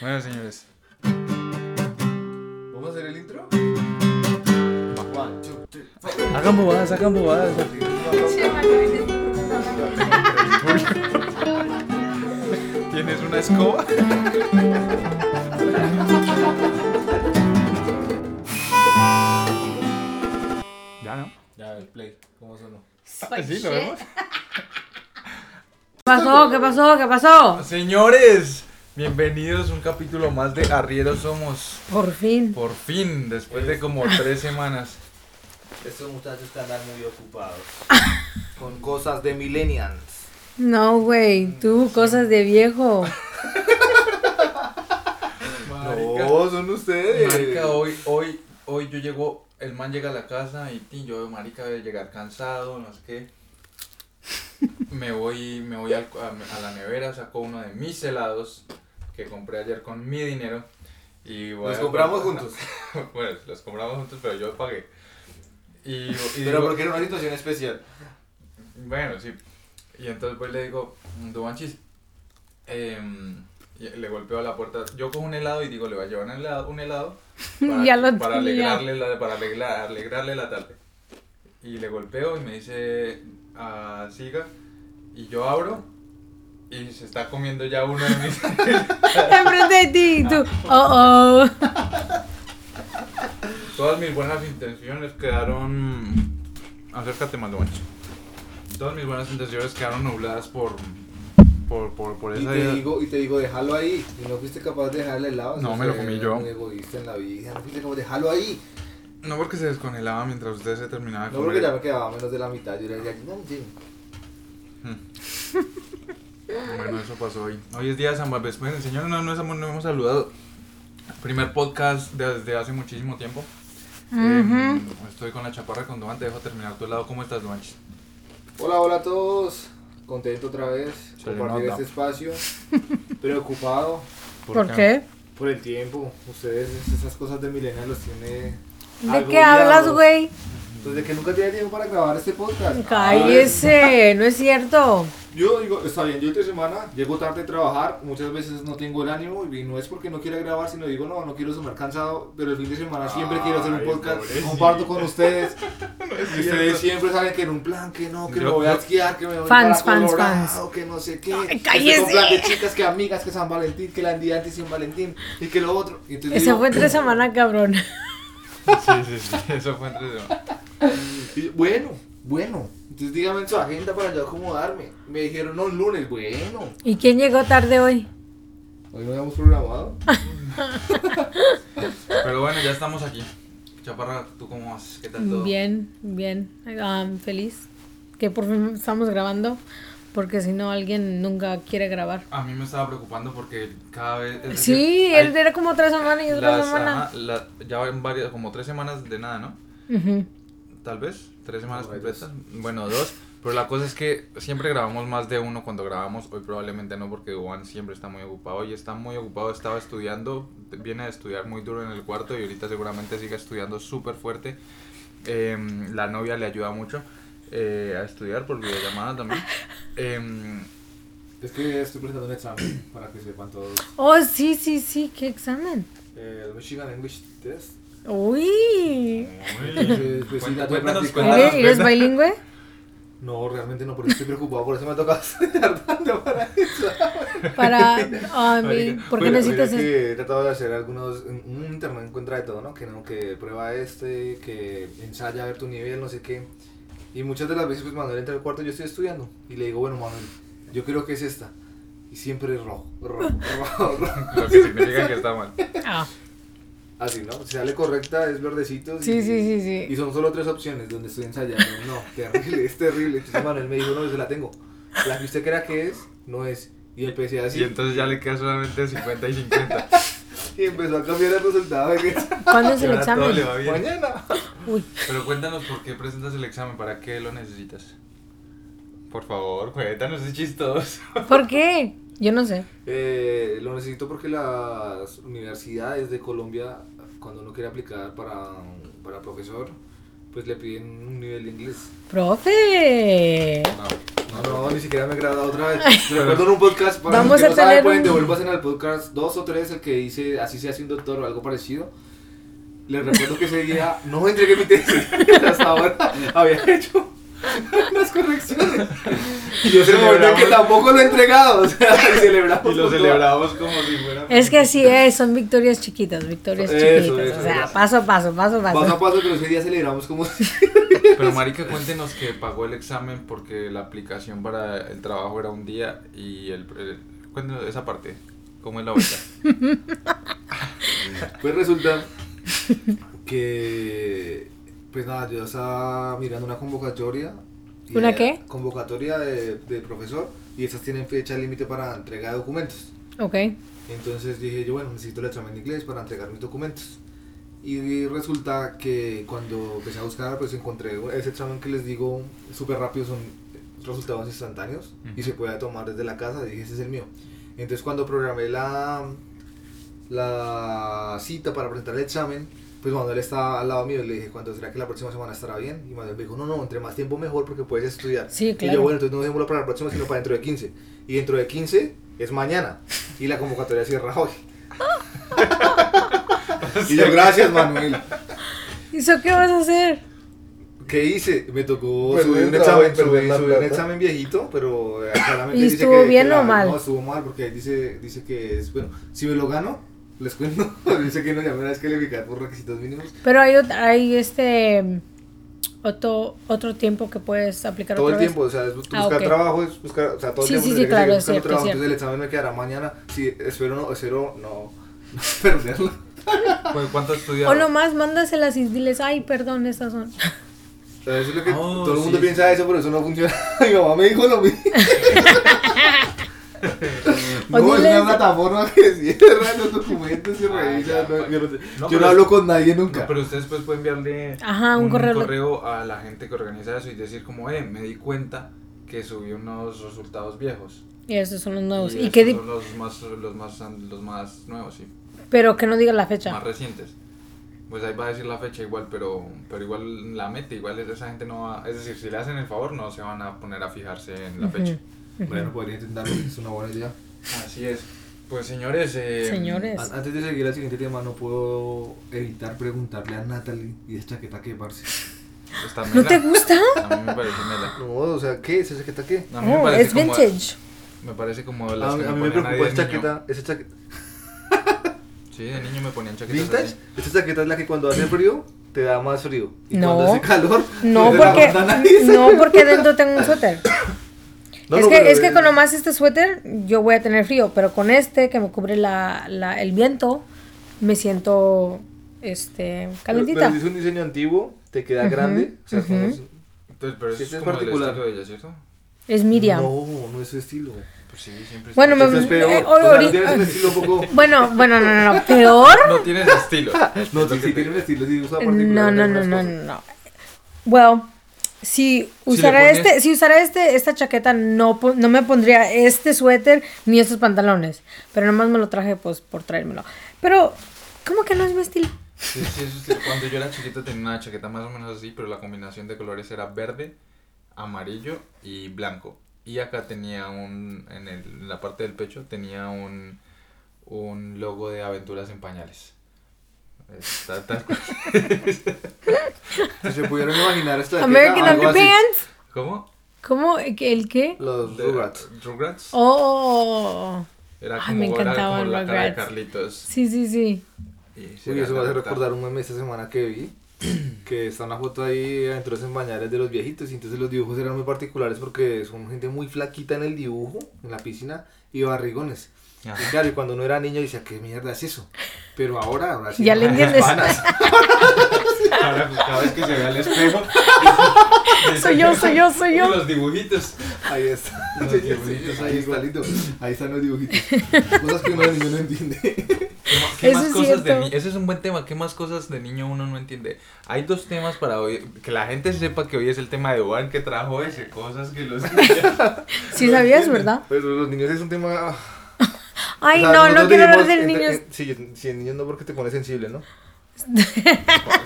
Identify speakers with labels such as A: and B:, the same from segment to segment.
A: Bueno, señores.
B: ¿Vamos a hacer el intro? One, two, three, four.
A: Hagan bobadas, hagan bobadas. ¿Tienes una escoba? ya, ¿no?
B: Ya, el play. ¿Cómo sonó?
A: Sí, lo vemos.
C: ¿Qué pasó? ¿Qué pasó? ¿Qué pasó?
A: Señores, bienvenidos a un capítulo más de Arrieros Somos.
C: Por fin.
A: Por fin, después de como tres semanas.
B: Estos muchachos que andan muy ocupados. Con cosas de millennials.
C: No, güey. Tú, cosas de viejo.
A: Oh,
B: No, son ustedes.
A: Marica, hoy, hoy, hoy yo llego, el man llega a la casa y tin, yo, marica, voy a llegar cansado, no sé qué. Me voy, me voy al- a, a la nevera, saco uno de mis helados que compré ayer con mi dinero. Y voy
B: Nos
A: a-
B: compramos juntos.
A: bueno, los compramos juntos, pero yo pagué. Y, y
B: Pero
A: digo-
B: porque era una situación especial.
A: bueno, sí. Y entonces pues le digo, Dubanchis, em, y le golpeo a la puerta. Yo cojo un helado y digo, le voy a llevar un helado, un helado para,
C: Ya lo
A: para
C: tenía.
A: alegrarle, la, para alegrar- alegrarle la tarde. Y le golpeo y me dice, "Ah, siga. Y yo abro y se está comiendo ya uno de mis...
C: Enfrente de ti. y Tú. Oh, oh.
A: Todas mis buenas intenciones quedaron... Acércate más, Dubanchis. Todas mis buenas intenciones quedaron nubladas por... Por, por, por
B: Y
A: esa
B: te, digo, y te digo, déjalo ahí. Y no fuiste capaz de dejarle el lado.
A: No,
B: Eso
A: me lo
B: fue
A: comí yo.
B: muy egoísta en la vida. No fuiste capaz de dejarlo ahí.
A: No porque se descongelaba mientras usted se terminaba de
B: No, porque
A: comer.
B: ya me quedaba menos de la mitad. Yo le decía, no, sí.
A: Hmm. Bueno, eso pasó hoy. Hoy es día de San Barbés. Bueno, señor, no, no, nos hemos- no hemos saludado. Primer podcast desde hace muchísimo tiempo. Eh, estoy con la chaparra con Duan. Te dejo terminar tu lado. ¿Cómo estás, Duan?
B: Hola, hola a todos. Contento otra vez
A: Se le
B: compartir
A: nota.
B: este espacio. Preocupado
C: ¿Por qué?
B: por el tiempo. Ustedes esas cosas de milenial los tiene.
C: ¿De
B: agobiados.
C: qué hablas, güey?
B: Desde que nunca tiene tiempo para grabar este podcast.
C: Cállese. No es cierto.
B: Yo digo, está bien, yo esta semana llego tarde a trabajar, muchas veces no tengo el ánimo y no es porque no quiera grabar, sino digo, no, no quiero sonar cansado, pero el fin de semana siempre quiero hacer un
A: Ay,
B: podcast,
A: pobrecito.
B: comparto con ustedes. y ustedes siempre saben que en un plan, que no, que
A: Yo-
B: me voy a
A: yo-
B: esquiar, que me voy
C: Fans,
B: para
C: fans,
B: Colorado, que no sé qué. que
C: cállese.
B: estoy con plan de chicas, que amigas, que San Valentín, que la día antes de San Valentín y que lo otro. Y entonces
C: Esa
B: digo,
C: fue entre semana, cabrón.
A: Sí, sí, sí. Eso fue entre
B: Y- bueno, bueno. Entonces díganme en su agenda para yo acomodarme. Me dijeron, no, el lunes, bueno.
C: ¿Y quién llegó tarde hoy?
B: Hoy no habíamos programado.
A: Pero bueno, ya estamos aquí. Chaparra, ¿tú cómo vas? ¿Qué tal todo?
C: Bien, bien. Ah, feliz. Que por fin estamos grabando. Porque si no, alguien nunca quiere grabar.
A: A mí me estaba preocupando porque cada vez... es decir,
C: Sí,
A: hay-
C: él era como otra semana y otra
A: las-
C: semana.
A: ajá, la- ya van varias, como tres semanas de nada, ¿no?
C: Ujú.
A: tal vez, tres semanas
B: Por ahí
A: completas, bueno, dos, pero la cosa es que siempre grabamos más de uno cuando grabamos, hoy probablemente no porque Juan siempre está muy ocupado y está muy ocupado, estaba estudiando, viene a estudiar muy duro en el cuarto y ahorita seguramente siga estudiando súper fuerte, Em, la novia le ayuda mucho eh, a estudiar por videollamada también. Em,
B: Es que estoy presentando un examen para que sepan todos.
C: Oh, sí, sí, sí. ¿Qué examen?
B: Eh, El Michigan English Test.
C: Uy.
B: Entonces, pues, sí, ya estoy
A: Cuéntanos,
B: practicando.
C: ¿Eres,
A: cuéntanos.
C: eres bilingüe?
B: No, realmente no, porque estoy preocupado, por eso me toca tardando para eso.
C: Para. ah, mi-
A: Marica,
C: ¿Por qué
B: Mira,
C: necesitas
B: mira
C: eso?
B: que he tratado de hacer algunos, un un internet encuentra de todo, ¿no? Que no, que prueba este, que ensaya a ver tu nivel, no sé qué. Y muchas de las veces, pues Manuel entra al cuarto, yo estoy estudiando. Y le digo, bueno, Manuel, yo creo que es esta. Y siempre es rojo, rojo, rojo, rojo.
A: Lo que significa que está mal.
C: Ah,
B: Así, ¿no? Si sale correcta, es verdecito.
C: sí,
B: y-
C: sí, sí,
B: Y
C: sí.
B: son solo tres opciones donde estoy ensayando. No, terrible, es terrible. Entonces Manuel me dijo, no, yo la tengo. La que usted crea que es, no es. Y empecé así.
A: Y
B: Y,
A: entonces ya le queda solamente 50 y 50.
B: empezó a cambiar el resultado. de que-
C: ¿Cuándo es
A: Y
C: el
A: ahora todo le
C: examen?
A: va bien.
B: Mañana.
C: Uy.
A: Pero cuéntanos por qué presentas el examen, para qué lo necesitas. Por favor, cuéntanos, es chistoso.
C: ¿Por qué? Yo no sé.
B: Eh, lo necesito porque las universidades de Colombia, cuando uno quiere aplicar para, para profesor, pues le piden un nivel de inglés.
C: ¡Profe!
A: No,
B: No, no, ni siquiera me he grabado otra vez. Recuerdo en un podcast. Para
C: Vamos
B: los que
C: a
B: no saben,
C: tener
B: pueden
C: un-
B: devuélvanse al podcast dos o tres, el que dice así se hace un doctor o algo parecido. Les recuerdo que ese día no entregué mi tesis. Hasta ahora había hecho unas correcciones. Y yo se momento que
A: Celebramos.
B: tampoco lo he entregado. O sea, y celebramos.
A: Y lo
B: con todo.
A: celebramos como si fuera.
C: Es que así es, son victorias chiquitas, victorias
B: Eso,
C: chiquitas.
B: eso,
C: o sea,
B: eso.
C: paso a paso, paso a paso.
B: Paso a paso, pero ese día celebramos como.
A: Pero Marica, cuéntenos que pagó el examen porque la aplicación para el trabajo era un día y el. el- cuéntenos esa parte. ¿Cómo es la vuelta?
B: Pues resulta que, pues nada, yo estaba mirando una convocatoria. y
C: ¿Una
B: era
C: qué?
B: Convocatoria de, de profesor y esas tienen fecha límite para entrega de documentos.
C: Ok.
B: Entonces dije yo, bueno, necesito el examen de inglés para entregar mis documentos. Y resulta que cuando empecé a buscar, pues encontré ese examen que les digo súper rápido, son resultados instantáneos y se puede tomar desde la casa. Dije, ese es el mío. Entonces cuando programé la, la cita para presentar el examen, pues Manuel estaba al lado mío y le dije, ¿cuándo será que la próxima semana estará bien? Y Manuel me dijo, no, no, entre más tiempo mejor porque puedes estudiar.
C: Sí,
B: Y
C: claro.
B: yo, bueno, entonces no dejémoslo para la próxima, sino para dentro de 15. Y dentro de 15 es mañana. Y la convocatoria cierra hoy. y yo, gracias, Manuel.
C: ¿Y eso qué vas a hacer?
B: ¿Qué hice? Me tocó
D: Perder
B: subir
D: el
B: un
D: trabajo,
B: examen,
D: perder
B: subí,
D: la
B: subí un
D: plata.
B: examen viejito, pero eh, claramente
C: ¿Y
B: dice
C: estuvo
B: que,
C: bien
B: que la-
C: o mal?
B: No, estuvo mal, porque ahí dice, dice que es, bueno, si me lo gano, les cuento, dice que no, ya una vez que le fijar por requisitos mínimos.
C: Pero hay, ot- hay este otro, otro tiempo que puedes aplicar
B: Todo el
C: otra vez.
B: tiempo, o sea, es buscar
C: Ah, ok.
B: trabajo, es buscar, o sea, todo el
C: Sí,
B: tiempo
C: sí,
B: se
C: sí,
B: tiene que
C: claro,
B: seguir
C: es cierto,
B: trabajo,
C: es
B: entonces el examen me quedará mañana, si espero no, espero no, no perderlo.
A: Cu- ¿Cuánto
C: O
A: estudiaron?
C: nomás mándaselas y diles, ay, perdón, estas son.
B: O sea, Eso es lo que
C: Ah,
A: Oh,
B: todo el mundo
A: sí,
B: piensa eso, pero eso no funciona. Mi mamá me dijo lo mismo.
C: O
B: no, es
C: diles-
B: una plataforma que cierra los documentos y revisa.
A: ya,
B: no,
A: pues.
B: yo Ah, no, sé.
A: No,
B: Yo
A: pero
B: no
A: es-
B: hablo con nadie
A: No,
B: nunca.
A: pero ustedes pues pueden enviarle
C: Ajá, Ah, un correo.
A: a la gente que organiza eso y decir como, eh, me di cuenta que subí unos resultados viejos.
C: Y esos son los nuevos. Y
A: estos
C: que di-
A: son los más, los más, los más nuevos, sí,
C: Pero que no diga la fecha.
A: más recientes. Pues ahí va a decir la fecha igual, pero, pero igual la meta, igual esa gente no va, es decir, si le hacen el favor no se van a poner a fijarse en la
C: Ujú.
A: fecha.
B: Bueno, podría intentarlo, es una buena idea.
A: Así es. Pues señores, eh,
C: Señores.
B: An- Antes de seguir al siguiente tema, no puedo evitar preguntarle a Natalie y esta chaqueta que parce.
A: está
C: ¿No
A: mela.
C: te gusta?
A: A mí me parece mela.
B: No, o sea, ¿qué? ¿Esa chaqueta qué?
A: A mí me
C: Oh,
A: parece
C: es
A: como-
C: vintage.
A: Me parece como
B: A,
A: las que
B: a
A: me
B: mí me
A: ponían ahí
B: preocupa
A: de
B: esa
A: niño.
B: chaqueta. Esa chaqueta
A: Sí, de niño me ponían chaquetas
B: ¿Vintage?
A: así.
B: Esta chaqueta es la que cuando hace frío te da más frío. Y
C: No.
B: cuando hace calor,
C: No,
B: te la
C: porque
B: manda a nadie.
C: no porque dentro tengo un suéter.
B: No,
C: es
B: no,
C: que,
B: pero
C: es que
B: el-
C: con nomás este suéter yo voy a tener frío, pero con este que me cubre la, la- el viento me siento este
B: Pero,
C: calentita.
B: pero si es un diseño antiguo, te queda
C: Ujú,
B: grande. O sea, es como
C: ujú.
B: si-
A: Entonces, pero eso
B: Sí,
A: es,
B: es
A: como el
B: particular.
A: estilo de ella, ¿cierto?
C: es Miriam.
B: No, no es su estilo.
A: Pues sí, siempre es-
C: Bueno, me-
B: Eso es peor.
C: eh,
B: o sea,
C: ahorita-
B: no tienes un estilo un poco.
C: Bueno, bueno, no, no, no, peor.
A: No tienes estilo.
B: No,
A: Es lo
B: sí,
A: que
B: sí,
A: te-
B: tiene un estilo, sí, usa
C: No,
B: particular.
C: no, no, no, no, no. Well, si usara
A: pones-
C: este, si usara este, esta chaqueta no, po- no me pondría este suéter ni estos pantalones, pero nomás me lo traje pues por traérmelo. Pero ¿cómo que no es mi estilo?
A: Sí, sí, eso sí. Cuando yo era chiquito tenía una chaqueta más o menos así, pero la combinación de colores era verde, amarillo y blanco. Y acá tenía un, en, el- en la parte del pecho tenía un, un logo de aventuras en pañales. Está tal cual.
B: Si se pudieran imaginar esta chaqueta,
C: American
B: algo así.
C: Underpants.
A: ¿Cómo?
C: ¿Cómo ¿Que el qué?
B: Los
A: De-
B: Rugrats.
A: Rugrats.
C: Oh.
A: Era
C: Ay,
A: como,
C: me
A: era
C: encantaban
A: como la cara de
C: Rugrats.
A: Carlitos.
C: Sí, sí, sí.
A: Y se
B: Uy,
A: la
B: eso me hace
A: carta.
B: recordar un meme esta semana que vi. Que está una foto ahí adentro en bañales de los viejitos. Y entonces los dibujos eran muy particulares porque son gente muy flaquita en el dibujo, en la piscina, y barrigones.
A: Ajá.
B: Y claro, y cuando uno era niño decía, ¿qué mierda es eso? Pero ahora, ahora sí.
C: Ya le entiendes.
B: panas.
A: Ahora, cada vez que se ve al espejo.
C: Soy yo, soy yo, soy yo.
A: Los dibujitos.
B: Ahí está.
A: Los
B: Sí, sí,
A: dibujitos,
B: ahí
A: ahí
B: está, lindo. Ahí están los dibujitos. Cosas que uno de niño no entiende.
A: ¿Qué ma- qué
C: Eso
A: más
C: es
A: cosas de
C: cierto.
A: ni- Ese es un buen tema. ¿Qué más cosas de niño uno no entiende? Hay dos temas para hoy. Que la gente sepa que hoy es el tema de Juan que trajo ese. Cosas que los.
C: Sí sabías, ¿verdad?
B: Pero Pues los niños es un tema.
C: Ay,
B: o
C: no,
B: sea,
C: no
B: nosotros
C: quiero hablar
B: vivimos
C: del niño.
B: entre- en- sí, sí, en niños no porque te pones sensible, ¿no?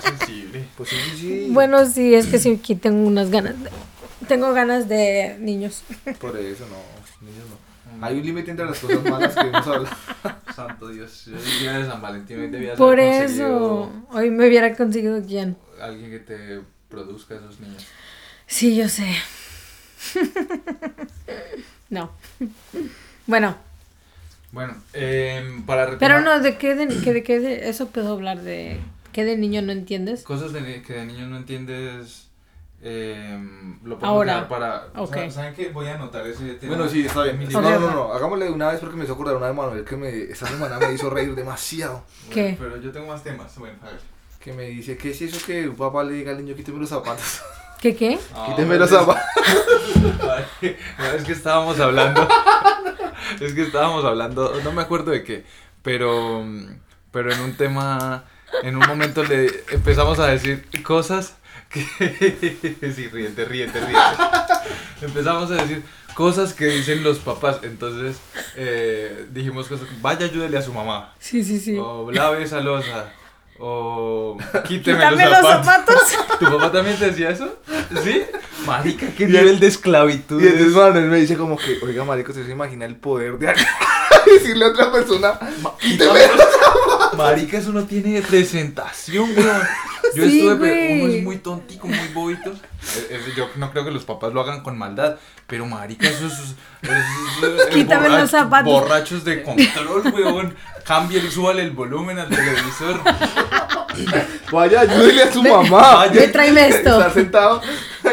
A: sensible.
B: Pues sí, sí, sí.
C: Bueno, sí, es que sí, aquí tengo unas ganas de Tengo ganas de niños.
B: Por eso no, niños no. Hay un límite entre las cosas malas que hemos hablado.
A: Santo Dios, yo el día de San Valentín hoy te hubieras
C: Por
A: conseguido
C: eso. Hoy me hubiera conseguido quién.
A: Alguien que te produzca esos niños.
C: Sí, yo sé. no. Bueno,
A: Bueno, em, para retomar
C: pero no, ¿de qué de, que de, qué de eso puedo hablar? ¿De qué de niño no entiendes?
A: cosas de ni- que de niño no entiendes, em, lo podemos
C: Ahora.
A: dejar para...
C: Ok.
A: ¿saben- ¿Saben qué? Voy a anotar ese tema.
B: Bueno, sí, está bien.
A: Ok,
B: No, no,
C: va.
B: no, hagámosle de una vez porque me hizo acordar una vez, Manuel, que me, esta semana me hizo reír demasiado.
A: Bueno,
C: ¿Qué?
A: Pero yo tengo más temas, bueno, a ver.
B: Que me dice, ¿qué es eso que un papá le diga al niño, quíteme los zapatos?
C: ¿Qué qué?
B: quíteme los zapatos.
A: Ah, No, es que estábamos hablando. es que estábamos hablando. No me acuerdo de qué. Pero. Pero en un tema. En un momento le empezamos a decir cosas que. sí, ríete, ríete, ríete. Empezamos a decir cosas que dicen los papás. Entonces eh, dijimos cosas. Vaya, ayúdele a su mamá.
C: Sí, sí, sí.
A: O lave esa losa. O quíteme
C: Quítame los zapatos.
A: ¿Tu papá también te decía eso? ¿Sí? Marica, qué nivel de esclavitud.
B: Y entonces Manuel me dice como que, oiga, marico, si se imagina el poder de decirle a otra persona, quíteme los
A: Marica, eso no tiene presentación, güey. Yo
C: Sí,
A: estuve,
C: güey.
A: pero unos muy tonticos, muy bobitos. Eh, eh, Yo no creo que los papás lo hagan con maldad, pero marica, esos, esos, esos, eh,
C: Quítame los zapatos.
A: borrachos de control, weón. Cambia el, súbale el volumen al televisor.
B: Vaya, ayúdele a su mamá.
A: Vaya,
C: Ve, tráeme esto.
B: Estar sentado.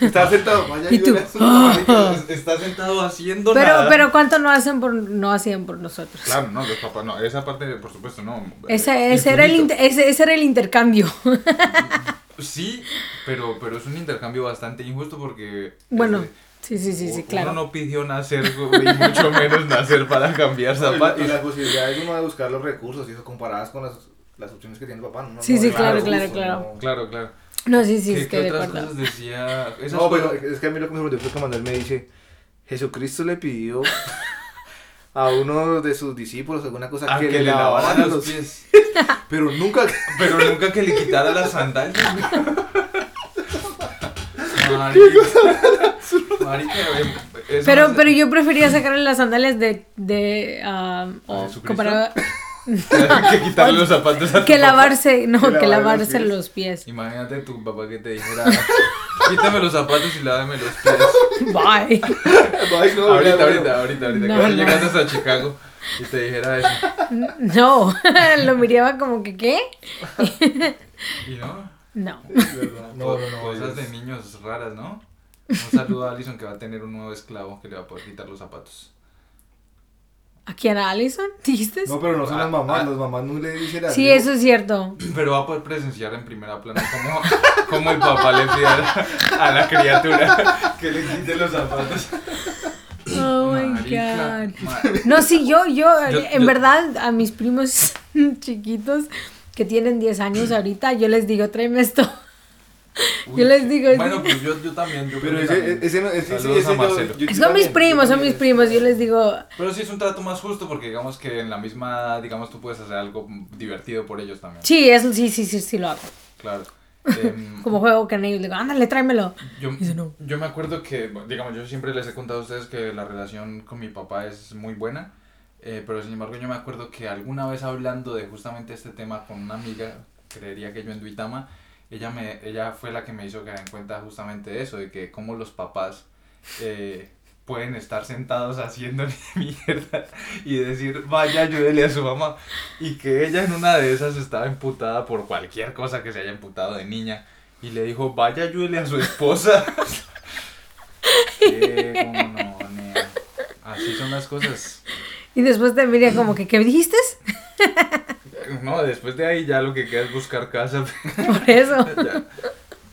B: Estar sentado. Vaya,
C: Y tú, "Ah".
B: ayúdele a su mamá.
A: Marica, Está sentado haciendo
C: Pero,
A: nada.
C: pero ¿cuánto no hacen por, no hacían por nosotros?
A: Claro, no, los papás, no, esa parte, por supuesto, no. Eh,
C: Ese, ese era el
A: Infinito.
C: inter- ese, ese era el intercambio.
A: Pues Sí, pero, pero es un intercambio bastante injusto porque...
C: Bueno,
A: eh,
C: sí, sí, sí, sí,
A: uno
C: claro.
A: no pidió nacer, güey, y mucho menos nacer para cambiar
B: Y
A: zapatos.
B: las posibilidades uno de buscar los recursos y eso comparadas con las, las opciones que tiene el papá. ¿no?
C: Sí, sí,
B: No,
A: claro,
B: no,
C: claro,
B: justo,
C: claro.
B: no.
A: Claro, claro.
C: No, sí, sí,
A: ¿Qué,
C: estoy
A: qué
C: de
A: otras
C: acuerdo.
A: cosas decía? Esas
B: No,
A: cosas-
B: pero es que a mí lo que me sorprendió fue que Manuel me dice, Jesucristo le pidió a uno de sus discípulos alguna cosa
A: Ah,
B: que, le lavaran los, pies.
A: pies.
B: Pero nunca...
A: Pero nunca que le quitara las sandalias. güey. Marica, Marica, eh, es
C: Pero,
A: más-
C: pero yo prefería sacarle las sandalias de, de ah, o
A: Jesucristo?
C: comparado-
A: que quitarle los zapatos a tu
C: que
A: papá.
C: lavarse, no,
B: Que
C: que
B: lavar los
C: lavarse
B: pies.
C: los pies.
A: Imagínate tu papá que te dijera, quítame los zapatos y lávame los pies.
C: Bye.
B: Ay, no,
A: ahorita,
B: bueno.
A: ahorita, ahorita, ahorita,
C: No,
A: cuando
C: no.
A: llegas hasta Chicago y te dijera eso.
C: No, lo miraba como que ¿qué?
A: Y no,
C: No.
B: Es verdad. No, no, no.
A: cosas de
B: es-
A: niños raras, ¿no? Un saludo a Alison que va a tener un nuevo esclavo que le va a poder quitar los zapatos.
C: ¿A quién? ¿A Allison? ¿Dijiste?
B: No, pero no son
A: Ah,
B: las mamás,
A: ah.
B: las mamás no le dicen
C: sí, eso es cierto.
A: Pero va a poder presenciar en primera plana cómo, cómo el papá le pide a la, a la criatura que le quite los zapatos.
C: Oh my
A: Marica,
C: God.
A: ma-
C: No, sí, yo, yo, eh,
A: Yo-
C: en
A: yo-
C: verdad, a mis primos chiquitos que tienen 10 años ahorita, yo les digo, tráeme esto.
A: uy,
C: Yo les digo,
A: Bueno, pues yo, yo también. Yo
B: Pero
A: creo que
B: ese,
A: también.
B: ese, no- ese,
A: Saludos
B: ese,
A: a
B: yo-
A: Marcelo.
B: yo- yo
C: son mis
B: también,
C: primos,
B: yo
C: son mis
B: también.
C: primos, yo les digo,
A: Pero sí es un trato más justo porque digamos que en la misma edad, digamos, tú puedes hacer algo divertido por ellos también.
C: sí, eso sí, sí, sí, sí lo hago.
A: Claro. Em,
C: Como juego con ellos, digo, ándale, tráemelo.
A: Yo,
C: Dice, "No".
A: yo me acuerdo que, bueno, digamos, yo siempre les he contado a ustedes que la relación con mi papá es muy buena, eh, pero sin embargo yo me acuerdo que alguna vez hablando de justamente este tema con una amiga, creería que yo en Duitama, ella, me, ella fue la que me hizo caer en cuenta justamente eso, de que cómo los papás eh, pueden estar sentados haciendo mierda y decir, vaya, ayúdele a su mamá, y que ella en una de esas estaba emputada por cualquier cosa que se haya emputado de niña. Y le dijo, vaya, ayúdele a su esposa. Eh, cómo no, nea. Así son las cosas.
C: Y después te mira como que, ¿qué dijiste?
A: No, después de ahí ya lo que queda es buscar casa.
C: Por eso.
A: Ya.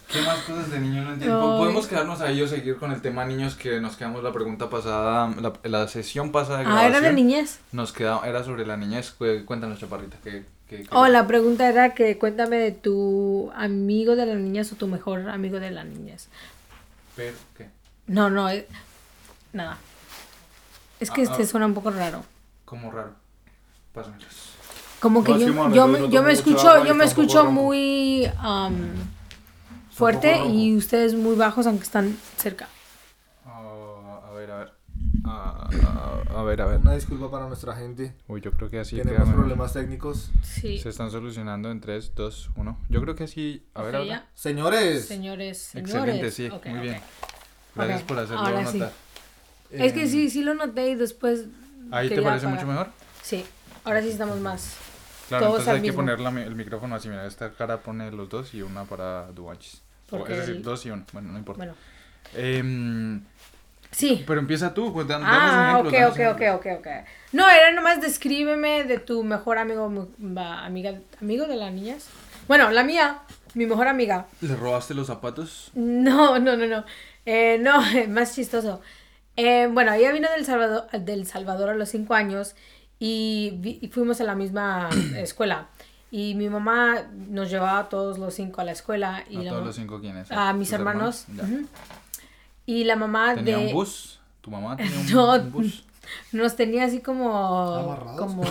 A: ¿Qué más cosas de niño no entiendo?
C: Ay.
A: Podemos quedarnos ahí o seguir con el tema niños que nos quedamos la pregunta pasada, la, la sesión pasada de
C: Ah, era de
A: grabación.
C: niñez.
A: Nos queda, era sobre la niñez. Cu- Cuéntanos, chaparrita. ¿qué, qué- qué-
C: Oh, la pregunta era que cuéntame de tu amigo de la niñez o tu mejor amigo de la niñez.
A: pero, ¿qué?
C: No, no, eh, nada. Es que
A: Ah,
C: este
A: ah.
C: suena un poco raro.
A: Como raro. Pásamelos.
C: Como que
B: No, es
C: yo,
B: que, mano,
C: yo
B: yo
C: me,
B: no
C: yo me
B: tomo mucha
C: escucho,
B: agua y
C: yo me
B: tampoco
C: escucho
B: ronco.
C: muy um, fuerte
B: rojo.
C: y ustedes muy bajos, aunque están cerca.
A: Ah, a ver, a ver. Ah, ah, a ver, a ver.
B: Una disculpa para nuestra gente.
A: Uy, yo creo que así
B: Tenemos
A: queda mejor.
B: problemas técnicos.
C: Sí.
A: Se están solucionando en 3, 2, 1. Yo creo que así. A ver, ahora.
B: Señores,
C: Señores, señores.
A: Excelente, sí,
C: Ok,
A: muy
C: ok.
A: bien. Gracias
C: Ok,
A: por hacerlo
C: ahora sí.
A: notar.
C: Es que
B: em,
C: sí, sí lo noté y después.
A: ¿Ahí te
C: quería
A: parece
C: apagar.
A: mucho mejor?
C: Sí, ahora sí estamos más.
A: Claro,
C: Todos
A: entonces
C: al
A: hay que
C: mismo.
A: poner la mi- el micrófono así. Mira, esta cara pone los dos y una para Duanchis. O,
C: Porque
A: Es decir,
C: el-
A: dos y uno. Bueno, no importa.
C: Bueno,
A: Em,
C: sí.
A: pero empieza tú, pues, dan- danos
C: Ah,
A: ejemplos, danos
C: ok, ok,
A: ejemplos.
C: ok, ok, ok. No, era nomás descríbeme de tu mejor amigo, mu- va, amiga, amigo de las niñas. Bueno, la mía, mi mejor amiga.
A: ¿Le robaste los zapatos?
C: No, no, no, no. Eh, no, más chistoso. Eh, bueno, ella vino del Salvador, del Salvador a los cinco años y, vi- y fuimos a la misma escuela. Y mi mamá nos llevaba a todos los cinco a la escuela. Y
A: A
C: la
A: todos
C: ma-
A: los cinco, ¿quiénes?
C: a mis
A: ¿Tus
C: hermanos.
A: Ya.
C: ujú. Y la mamá
A: ¿Tenía
C: de...
A: un bus? ¿Tu mamá tenía un,
C: No.
A: un bus?
C: Nos tenía así como...
B: Amarrados.
C: como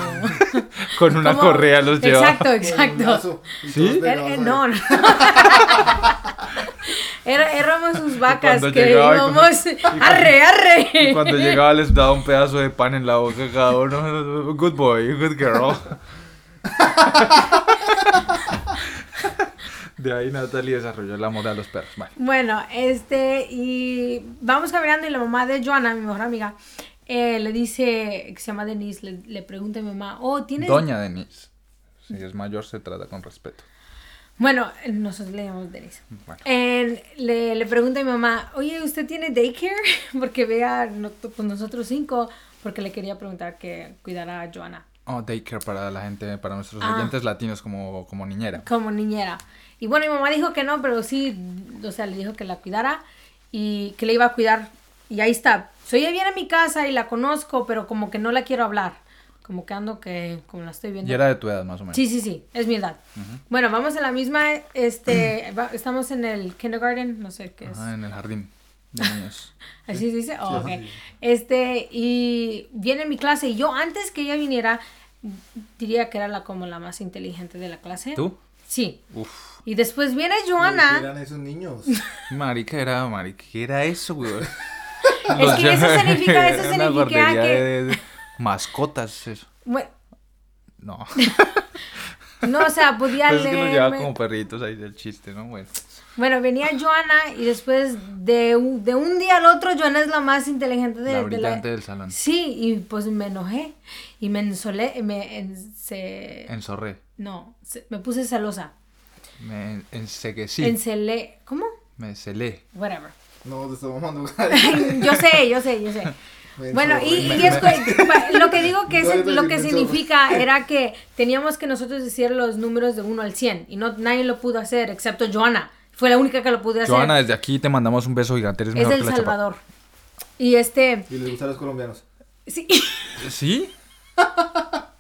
A: Con una
C: como-
A: correa los llevaba.
C: Exacto,
B: con un
C: exacto.
B: lazo y
A: ¿Sí?
B: todos
A: Él-
C: Era-
B: pegados
C: eh,
B: ahí.
C: no, no. Era- éramos sus vacas
A: cuando
C: que
A: llegaba y cuando-
C: íbamos... ¡Arre, arre!
A: Y cuando llegaba les daba un pedazo de pan en la boca a cada uno. Good boy, good girl. De ahí Natalie desarrolló el amor a los perros. Vale.
C: Bueno, este, y vamos caminando y la mamá de Joana, mi mejor amiga, eh, le dice, que se llama Denise, le, le pregunta a mi mamá, oh, ¿tienes...?
A: Doña Denise. Si es mayor, se trata con respeto.
C: Bueno, nosotros le llamamos Denise.
A: Bueno.
C: Eh, le, le pregunta a mi mamá, oye, ¿usted tiene daycare? Porque vea, no, pues nosotros cinco, porque le quería preguntar que cuidara a Joana
A: Oh, daycare para la gente, para nuestros
C: Ah.
A: oyentes latinos como, como niñera.
C: como niñera. Y bueno, mi mamá dijo que no, pero sí, o sea, le dijo que la cuidara y que le iba a cuidar. Y ahí está. Soy ella viene a mi casa y la conozco, pero como que no la quiero hablar. Como que ando que, como la estoy viendo.
A: Y era de tu edad, más o menos.
C: Sí, sí, sí, es mi edad. Bueno, vamos a la misma, este, va- estamos en el kindergarten, no sé qué es.
A: Ajá, Ah, en el jardín de niños.
C: Así se dice, oh,
B: Sí,
C: ok.
B: sí.
C: Este, y viene mi clase y yo antes que ella viniera, diría que era la como la más inteligente de la clase.
A: ¿Tú?
C: Sí.
A: Uf.
C: Y después viene
B: Uy,
C: Joana.
B: Eran esos niños.
A: Marica era, marica, ¿qué era eso, güey?
C: Es que eso significa, eso
A: Una
C: significa
A: guardería
C: que...
A: de- de mascotas, eso.
C: Bueno,
A: No.
C: no, o sea, podía
A: Pues es que nos llevaba
C: leerme.
A: como perritos ahí del chiste, ¿no? Bueno.
C: Bueno, venía Joana y después de un, de un día al otro, Joana es la más inteligente de
A: la
C: de la-
A: brillante del salón.
C: Sí, y pues me enojé y me ensolé, me en- se-
A: Ensorré.
C: no, se- me puse celosa.
A: Me en- enseguecí.
C: Encelé, ¿cómo?
A: me celé.
C: Whatever.
B: No, te estamos mandando.
C: Yo sé, yo sé, yo sé.
B: Me
C: Bueno, y,
B: ensorré.
C: y después, pa- lo que digo que, es-
B: Yo iba a
C: lo
B: decir,
C: que
B: me
C: significa era que teníamos que nosotros decir los números de 1 al 100 y no, nadie lo pudo hacer excepto Joana. Fue la única que lo pudo hacer.
A: Joana, desde aquí te mandamos un beso gigante. Eres
C: es
A: mejor
C: del
A: que la chapa.
C: Salvador. Y este,
B: Y les gustan los colombianos.
C: sí,
A: ¿Sí?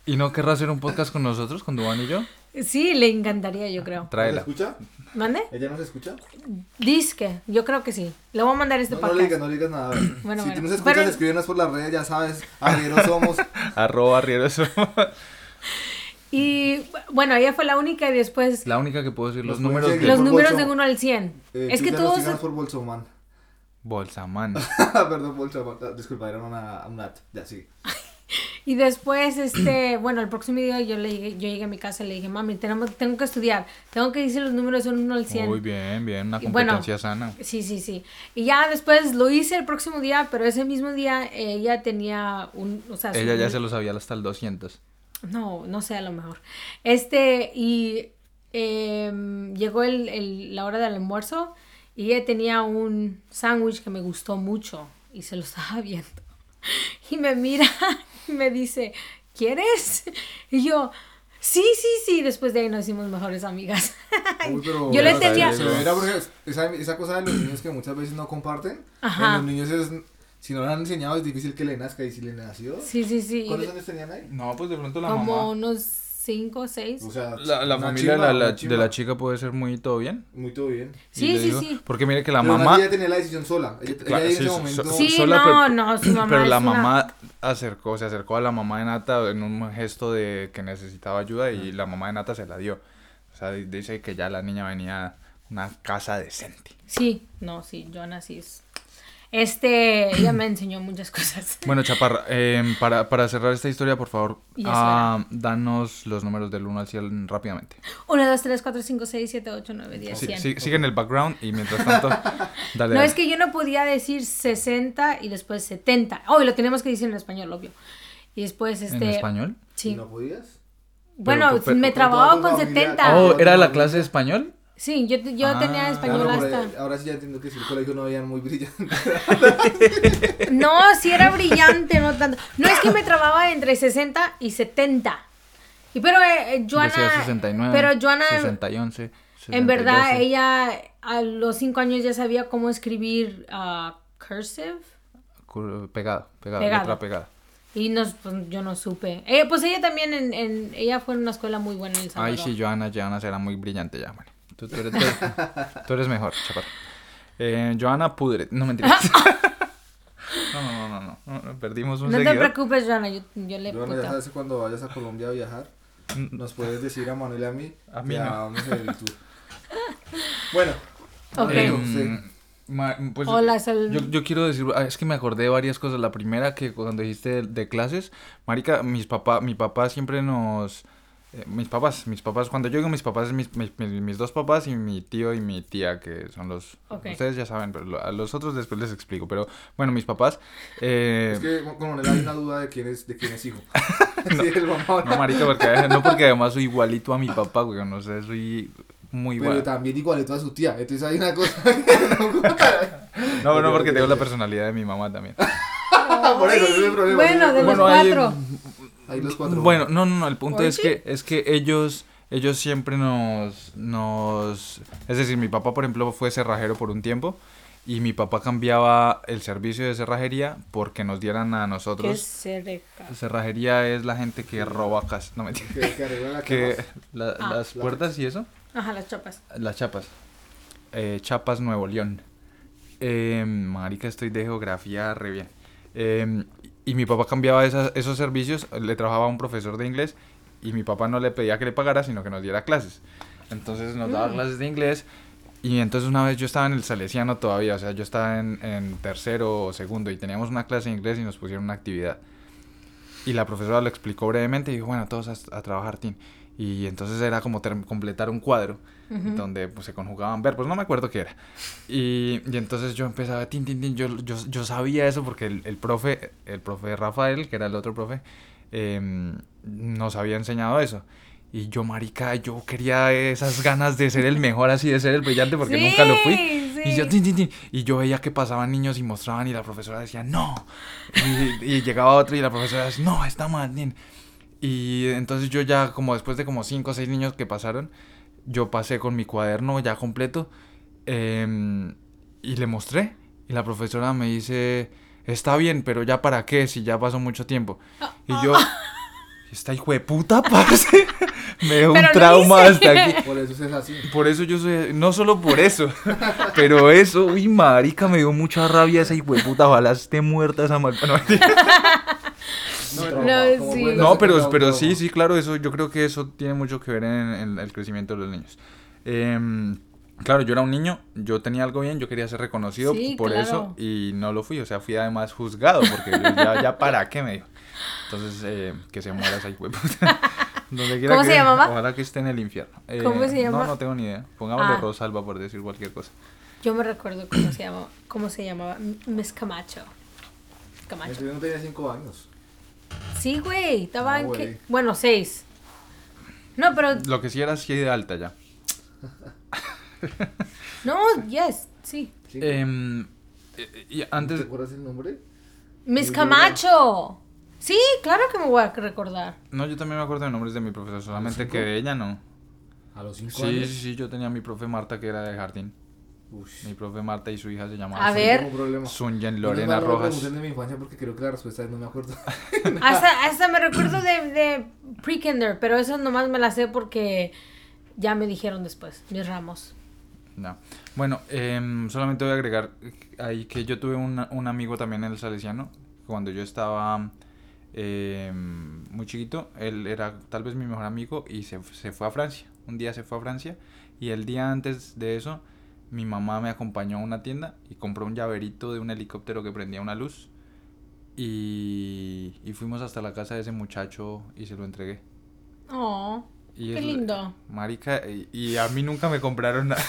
A: ¿Y no querrá hacer un podcast con nosotros, con Duan y yo?
C: sí, le encantaría, yo creo.
B: ¿Nos
A: Tráela.
B: escucha?
C: ¿Mande?
B: ¿Ella nos escucha?
C: Disque, yo creo que sí. Le voy a mandar este
B: No, no
C: podcast.
B: le digas, no le digas nada.
C: Bueno,
B: si
C: bueno.
B: tú nos escuchas,
C: Pero-
B: escríbenos por las redes, ya sabes. Arrieros somos.
A: Arroba Riero eso.
C: Y bueno, ella fue la única y después
A: La única que puedo decir los
B: Los
A: números
B: pueden
A: de
B: seguir.
C: los
B: por
C: números
B: bolso.
C: de 1 al 100.
B: Eh,
C: es que
B: Twitter nos
C: todos...
B: sigan por Bolsoman.
A: Bolsamán.
B: Perdón, Bolsoman. Ah, Disculpa, era una, una. Ya, sí.
C: Y después, este, bueno, el próximo día yo, le llegué, yo llegué a mi casa y le dije, mami, tenemos, tengo que estudiar, tengo que decir los números de 1 al 100.
A: Muy bien, bien. Una
C: Y bueno,
A: competencia sana.
C: Sí, sí, sí. Y ya después lo hice el próximo día, pero ese mismo día eh, ella tenía un, o sea, su-
A: Ella ya se lo sabía hasta el 200.
C: No, no sé, a lo mejor. Este, y em, llegó el, el- la hora del almuerzo y ella tenía un sándwich que me gustó mucho y se lo estaba viendo. Y me mira y me dice, ¿quieres? Y yo, sí, sí, sí. Después de ahí nos hicimos mejores amigas.
B: Uy, pero-
C: Yo le
B: pero
C: tenía-
B: se verá porque esa, esa cosa de los niños que muchas veces no comparten.
C: Ajá.
B: En los niños es. Si no lo han enseñado, es difícil que le nazca. Y si le nació.
C: Sí, sí, sí.
B: ¿Cuántos años tenían ahí?
A: No, pues de pronto la
C: Como
A: mamá.
C: unos cinco, seis.
B: O sea,
A: La, la
B: una
A: familia de la-
B: chimba,
A: la-
B: una
A: de la
B: chimba.
A: chica puede ser muy todo bien.
B: Muy todo bien.
A: Y
C: Sí,
A: le
C: sí,
A: digo-
C: sí.
A: Porque mire que la
B: Pero
A: mamá.
B: Ella tenía la decisión sola. Ella,
A: Claro,
B: ella en
A: sí,
B: ese
A: so-
B: momento.
A: so-
C: Sí,
A: sola,
C: no,
A: pero-
C: no, su mamá
A: Pero la
C: es una-
A: mamá acercó, se acercó a la mamá de Nata en un gesto de que necesitaba ayuda y la mamá de Nata se la dio. O sea, di- dice que ya la niña venía Una casa decente.
C: Sí, no, sí, Joana sí es. Este, ella me enseñó muchas cosas.
A: Bueno, Chaparra, eh, para, para cerrar esta historia, por favor,
C: Y eso
A: ah, danos los números del 1 al 100 rápidamente.
C: 1, 2, 3, 4, 5, 6, 7, 8, 9, 10,
A: Sí,
C: 100.
A: sí, sigue en el background y mientras tanto, dale.
C: No,
A: dale.
C: es que yo no podía decir 60 y después 70. Oh, y lo tenemos que decir en español, obvio. Y después, este...
A: ¿En español?
C: Sí.
B: ¿No podías?
C: bueno,
A: pero- pero-
C: me
A: pero
C: trababa
B: todo
C: con
B: familiar.
C: 70.
B: Ah.
A: Oh, ¿era la clase de español?
C: Sí, yo, te- yo
A: Ah,
C: tenía español
B: Claro,
C: hasta...
B: ahora, ahora sí ya entiendo que si el colegio no veían muy brillante.
C: No, sí era brillante, no tanto. No es que me trababa entre 60 y 70. Y pero eh, eh, Joana.
A: Decía 69,
C: pero Joana,
A: 60 y 11,
C: en verdad,
A: 62.
C: ella a los 5 años ya sabía cómo escribir ah, cursive.
A: Cur- Pegado, pegado,
C: Pegado.
A: letra pegada.
C: Y nos, pues, yo no supe. Eh, pues ella también, en, en- ella fue en una escuela muy buena en El
A: Ay,
C: Salvador.
A: sí, Joana, Joana será muy brillante ya, bueno. Tú, tú eres, tú eres- tú eres mejor, chaparra. Eh, Joana Pudre. No, mentira. No, no, no, no, no, no, Perdimos un
C: no te
A: seguidor.
C: preocupes, Joana, yo, yo le
B: Bueno, ya
C: puta.
B: sabes que cuando vayas a Colombia a viajar, nos puedes decir a Manuel y a mí.
A: Mm. A mí
B: ya
A: no.
B: vamos a el tour. Bueno.
C: Ok.
B: Manuel,
A: Em,
B: usted.
A: ma- pues,
C: Hola, Sal-
A: yo, yo quiero decir, ah, es que me acordé de varias cosas. La primera que cuando dijiste de, de clases, marica, mis papá, mi papá siempre nos, eh, mis papás, mis papás, cuando yo digo mis papás, es mis, mis, mis- mis dos papás y mi tío y mi tía, que son los,
C: Ok.
A: ustedes ya saben, pero lo- a los otros después les explico. Pero bueno, mis papás, eh,
B: Es que con Manuel hay una duda de quién es, de quién es hijo. Sí, el mamá.
A: no, marica, porque, no porque además soy igualito a mi papá, güey, no sé, soy muy
B: Pero
A: igual.
B: también igualito a su tía. Entonces hay una cosa que no cuadra.
A: No, no, porque tengo la personalidad de mi mamá también.
B: Ah, Por eso, ese es el problema.
C: Bueno, de
A: Bueno,
C: los
A: ahí-
C: cuatro.
B: Ahí los cuatro.
A: Bueno, no, no, no, el punto es
C: Oye.
A: que, es que ellos, ellos siempre nos, nos, es decir, mi papá, por ejemplo, fue cerrajero por un tiempo y mi papá cambiaba el servicio de cerrajería porque nos dieran a
C: Que
A: nosotros.
C: cerca.
A: Cerrajería es la gente que roba casas, no mentira,
B: Que, que arregla la
A: que
B: cama.
A: la-
C: Ah.
A: las puertas y eso,
C: Ajá, las chapas.
A: las chapas, eh, chapas Nuevo León. Eh, marica, estoy de geografía re bien. Eh, y mi papá cambiaba esas- esos servicios, le trabajaba a un profesor de inglés y mi papá no le pedía que le pagara, sino que nos diera clases. Entonces nos daba clases de inglés y entonces una vez yo estaba en el Salesiano todavía, o sea, yo estaba en, en tercero o segundo y teníamos una clase de inglés y nos pusieron una actividad. Y la profesora lo explicó brevemente y dijo, bueno, todos a, a trabajar, Tim. Y entonces era como term- completar un cuadro donde pues, se conjugaban verbos, no me acuerdo qué era. Y, y entonces yo empezaba, tin, tin, tin, yo, yo, yo sabía eso porque el, el profe, el profe Rafael, que era el otro profe, em, nos había enseñado eso. Y yo, marica, yo quería esas ganas de ser el mejor, así de ser el brillante, porque
C: Sí,
A: nunca lo fui. Y yo,
C: sí.
A: tin, tin, tin, y yo veía que pasaban niños y mostraban y la profesora decía, no. Y, y llegaba otro y la profesora decía, no, está mal. nin". Y entonces yo ya, como después de como cinco o seis niños que pasaron, yo pasé con mi cuaderno ya completo em, y le mostré. Y la profesora me dice, está bien, pero ya para qué, si ya pasó mucho tiempo. Y yo, esta hijo de puta, parce, me dio
C: Pero
A: un
C: lo
A: trauma
C: hice.
A: hasta aquí.
B: Por eso es así.
A: Por eso yo soy, no solo por eso, pero eso, uy, marica, me dio mucha rabia esa hijo de puta, ojalá esté muerta esa mal... No, mentira.
B: No,
C: No,
B: como
C: sí.
B: pueden
A: No,
B: hacer
A: pero,
B: trauma,
A: pero
B: trauma.
A: sí, sí, claro, eso, yo creo que eso tiene mucho que ver en, en el crecimiento de los niños. Em, claro, yo era un niño, yo tenía algo bien, yo quería ser reconocido
C: Sí,
A: por
C: claro.
A: eso y no lo fui, o sea, fui además juzgado, porque yo ya, ya para qué me dijo. Entonces, eh, que se muera esa hijo de puta. Donde quiera
C: ¿Cómo se
A: que-
C: llamaba?
A: Ojalá que esté en el infierno. Eh,
C: ¿Cómo se llama?
A: No, no tengo ni idea. Pongámosle
C: Ah.
A: Rosalba por decir cualquier cosa.
C: Yo me recuerdo cómo se llamaba, cómo se llamaba, M- Miss Camacho. Camacho.
B: Yo no tenía cinco años.
C: Sí, güey, estaba
B: No,
C: en
B: güey.
C: que, bueno, seis. No, pero
A: Lo que sí era sí de alta ya.
C: no, yes, sí.
B: ¿Sí?
A: Em, eh, y
B: ¿Te
A: antes,
B: acuerdas el nombre?
C: Miss
B: Muy
C: Camacho. Sí, claro que me voy a recordar.
A: no, yo también me acuerdo de nombres de mi profesor, solamente que de ella no.
B: A los cinco
A: Sí, sí, sí, yo tenía a mi profe Marta que era de jardín. Mi
B: Uy.
A: profe Marta y su hija se
C: A
A: llamaban
C: ver.
B: Tengo un problema.
A: Sunyen
B: Menos
A: Lorena
B: mal no me pregunten
A: Rojas.
B: de mi infancia porque creo que la respuesta es no me acuerdo.
C: Hasta, hasta me recuerdo de, de pre-kinder, pero eso nomás me la sé porque ya me dijeron después, mis ramos.
A: No. Bueno, em, solamente voy a agregar ahí que yo tuve un, un amigo también en el Salesiano. Cuando yo estaba em, muy chiquito, él era tal vez mi mejor amigo y se, se fue a Francia. Un día se fue a Francia Y el día antes de eso, mi mamá me acompañó a una tienda y compró un llaverito de un helicóptero que prendía una luz. Y, y fuimos hasta la casa de ese muchacho y se lo entregué.
C: Oh,
A: Y
C: qué
A: es-
C: lindo.
A: Marica, y, y a mí nunca me compraron nada.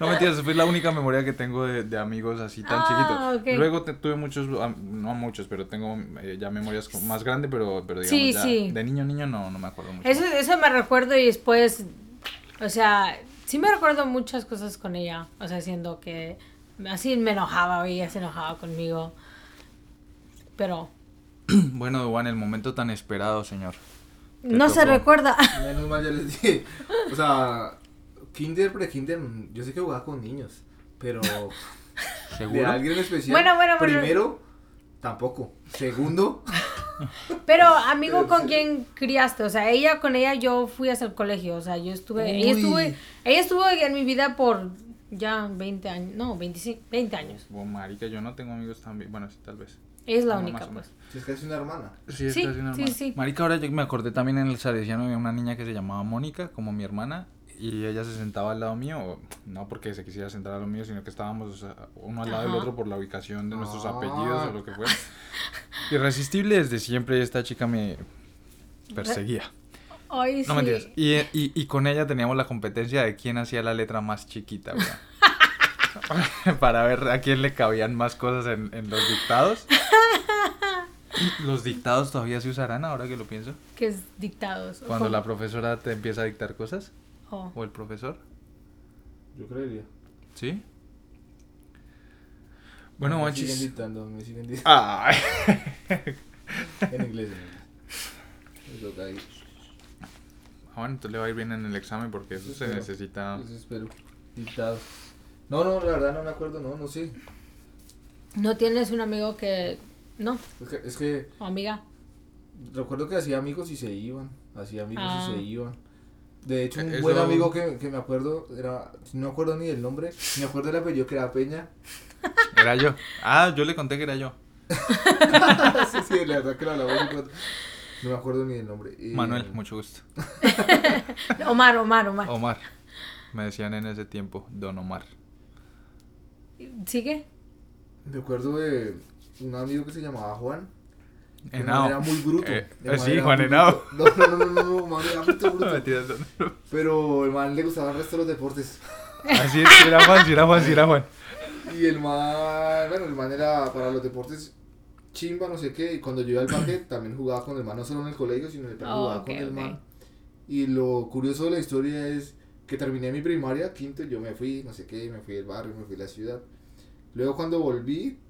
A: no mentiras, fue la única memoria que tengo de, de amigos así tan
C: Ah,
A: chiquitos.
C: ok.
A: Luego te- tuve muchos, am- no muchos, pero tengo eh, ya memorias co- más grandes, pero, pero digamos
C: Sí,
A: ya
C: sí.
A: de niño niño no, no me acuerdo mucho.
C: Eso, eso me recuerdo y después, o sea, sí me recuerdo muchas cosas con ella, o sea, siendo que así me enojaba, ella se enojaba conmigo, pero
A: Bueno, Juan, el momento tan esperado, señor. Te
C: no se
A: tocó.
C: recuerda.
B: Menos mal ya les dije. O sea, kinder, pre-kinder, mm, yo sé que jugaba con niños, pero de
A: ¿Seguro?
B: alguien en especial.
C: Bueno, bueno, bueno.
B: Primero, tampoco. Segundo,
C: Pero amigo,
B: Pero
C: ¿con
B: sí.
C: quién criaste? O sea, ella con ella yo fui hasta el colegio, o sea, yo estuve, ella
B: Uy.
C: estuve, ella estuvo en mi vida por ya 20 años, no, 25, 20 años.
A: Bueno, Pues, marica, yo no tengo amigos tan... bi- Bueno, sí, tal vez.
C: Ella es la
A: Ah, No,
C: única,
A: más o
C: pues.
B: si es que es una hermana.
A: Sí,
C: Sí,
A: está haciendo
C: sí,
A: normal.
C: sí.
A: Marica, ahora yo me acordé también en el Salesiano había una niña que se llamaba Mónica, como mi hermana, y ella se sentaba al lado mío, o- no porque se quisiera sentar al lado mío, sino que estábamos o sea, uno al lado del
C: Ajá.
A: otro por la ubicación de nuestros
B: Ah.
A: apellidos o lo que fuera. Irresistible desde siempre, esta chica me perseguía.
C: Ay,
A: No
C: sí.
A: mentiras. Y, y, y con ella teníamos la competencia de quién hacía la letra más chiquita, weón. Para ver a quién le cabían más cosas en, en los dictados. ¿Los dictados todavía se usarán ahora que lo pienso?
C: Que es dictados. o
A: Cuando
C: con-
A: la profesora te empieza a dictar cosas,
C: oh.
A: o el profesor,
B: Yo creería.
A: ¿sí? Bueno,
B: Me siguen
A: manchis.
B: dictando, me siguen dictando.
A: Ay. Ah,
B: En inglés. en inglés. Me toca ahí.
A: Juan, entonces le va a ir bien en el examen porque eso se
B: Espero.
A: necesita.
B: Eso espero. Dictado. No, no, la verdad no me acuerdo, no, no sé.
C: ¿No tienes un amigo que... No,
B: Es que, es que
C: o amiga?
B: recuerdo que hacía amigos y se iban. Hacía amigos
C: Ah.
B: y se iban. De hecho, un
A: Eh,
B: buen
A: eso-
B: amigo que, que me acuerdo, era, no me acuerdo ni del nombre, me acuerdo del apellido que era Peña.
A: Era yo. Ah, yo le conté que era yo.
B: sí, sí, la verdad que lo hablamos un rato. No me acuerdo ni del nombre. Eh, Y-
A: Manuel, mucho gusto.
C: Omar, Omar, Omar.
A: Omar. Me decían en ese tiempo, Don Omar.
C: ¿Sigue?
B: Me acuerdo de un amigo que se llamaba Juan. que
A: Henao.
B: Era muy bruto.
A: Eh,
B: el man
A: sí,
B: era
A: Juan
B: muy
A: Henao.
B: bruto. No, no, no, no, no, man, era bruto,
A: No,
B: bruto.
A: mentiras, Don Omar.
B: Pero el man le gustaban el resto de los deportes.
A: Así es, sí era Juan, si era Juan, si era Juan.
B: Y el man, bueno, el man era para los deportes chimba, no sé qué. Y cuando yo iba al parque también jugaba con el man, no solo en el colegio, sino también
C: Oh,
B: jugaba
C: ok,
B: con el
C: ok.
B: man. Y lo curioso de la historia es que terminé mi primaria, quinto, yo me fui, no sé qué, me fui del barrio, me fui de la ciudad. Luego cuando volví,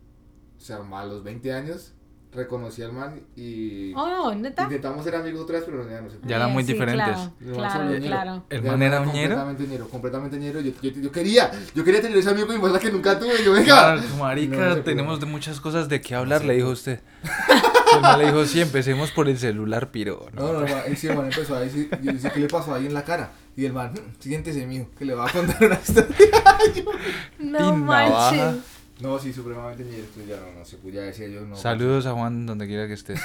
B: o sea, a los 20 años, reconocí al man y
C: Oh, ¿neta? Eh,
B: intentamos ser amigos otra vez, pero ya no se pudo.
A: Ya eran muy diferentes.
C: Claro,
B: Lo más
C: claro,
B: sobrevenido.
C: claro.
A: ¿El
B: Ya
A: man era ñero?
B: Completamente ñero, completamente ñero. Yo, yo, yo quería, yo quería tener ese amigo y más la que nunca tuve. Yo, venga.
A: Claro, Ah, marica,
B: No, no se pudo.
A: tenemos de muchas cosas de qué hablar, le dijo usted. El man le dijo, sí, empecemos por el celular, piro.
B: No, no, el man, sí, el man empezó a decir, yo decía, ¿qué le pasó ahí en la cara? Y el man, "Mm, siéntese mío, que le va a contar una historia.
C: No
A: Y navaja.
C: manches.
B: No, sí, supremamente ñero, entonces ya no, no se pudo, ya decía yo, no.
A: Saludos a Juan donde quiera que estés.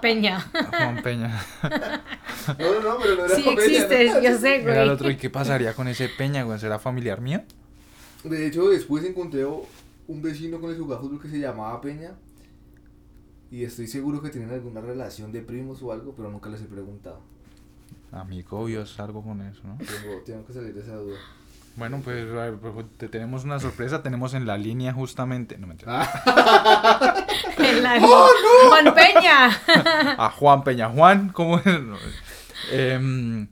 C: Peña.
A: A Juan Peña.
B: No, no, no, pero no era
C: Sí
B: comedia,
C: existes,
B: ¿no?
C: yo sé,
A: Era el otro,
C: güey.
A: ¿y qué pasaría con ese Peña, güey? ¿Será familiar mío?
B: De hecho, después encontré o- un vecino con el que jugaba fútbol que se llamaba Peña. Y estoy seguro que tienen alguna relación de primos o algo, pero nunca les he preguntado.
A: Amigo, yo salgo con eso, ¿no?
B: Tengo, tengo que salir de esa duda.
A: Bueno, pues a ver, pues, te tenemos una sorpresa, tenemos en la línea justamente, no mentira,
C: En la-
A: ¡Oh,
C: Juan Peña.
A: a Juan Peña. Juan, ¿cómo es? No, em,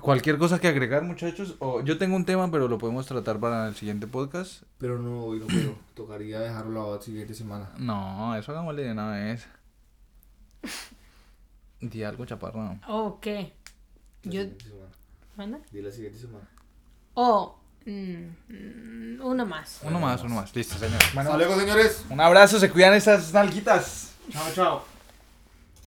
A: cualquier cosa que agregar, muchachos. O, yo tengo un tema, pero lo podemos tratar para el siguiente podcast.
B: Pero no, hoy no puedo. Tocaría dejarlo la siguiente semana.
A: No, eso hagámosle de una vez. Di algo, chaparro.
C: Oh, ¿qué?
B: La
C: Yo...
B: siguiente semana.
C: ¿Manda?
B: Di la siguiente semana.
C: Oh, mm, mm, uno más.
A: Uno más, uno más. Listo, señor.
B: Hasta
A: Bueno,
B: luego, señores.
A: un abrazo, se cuidan esas nalguitas.
B: Chao, chao.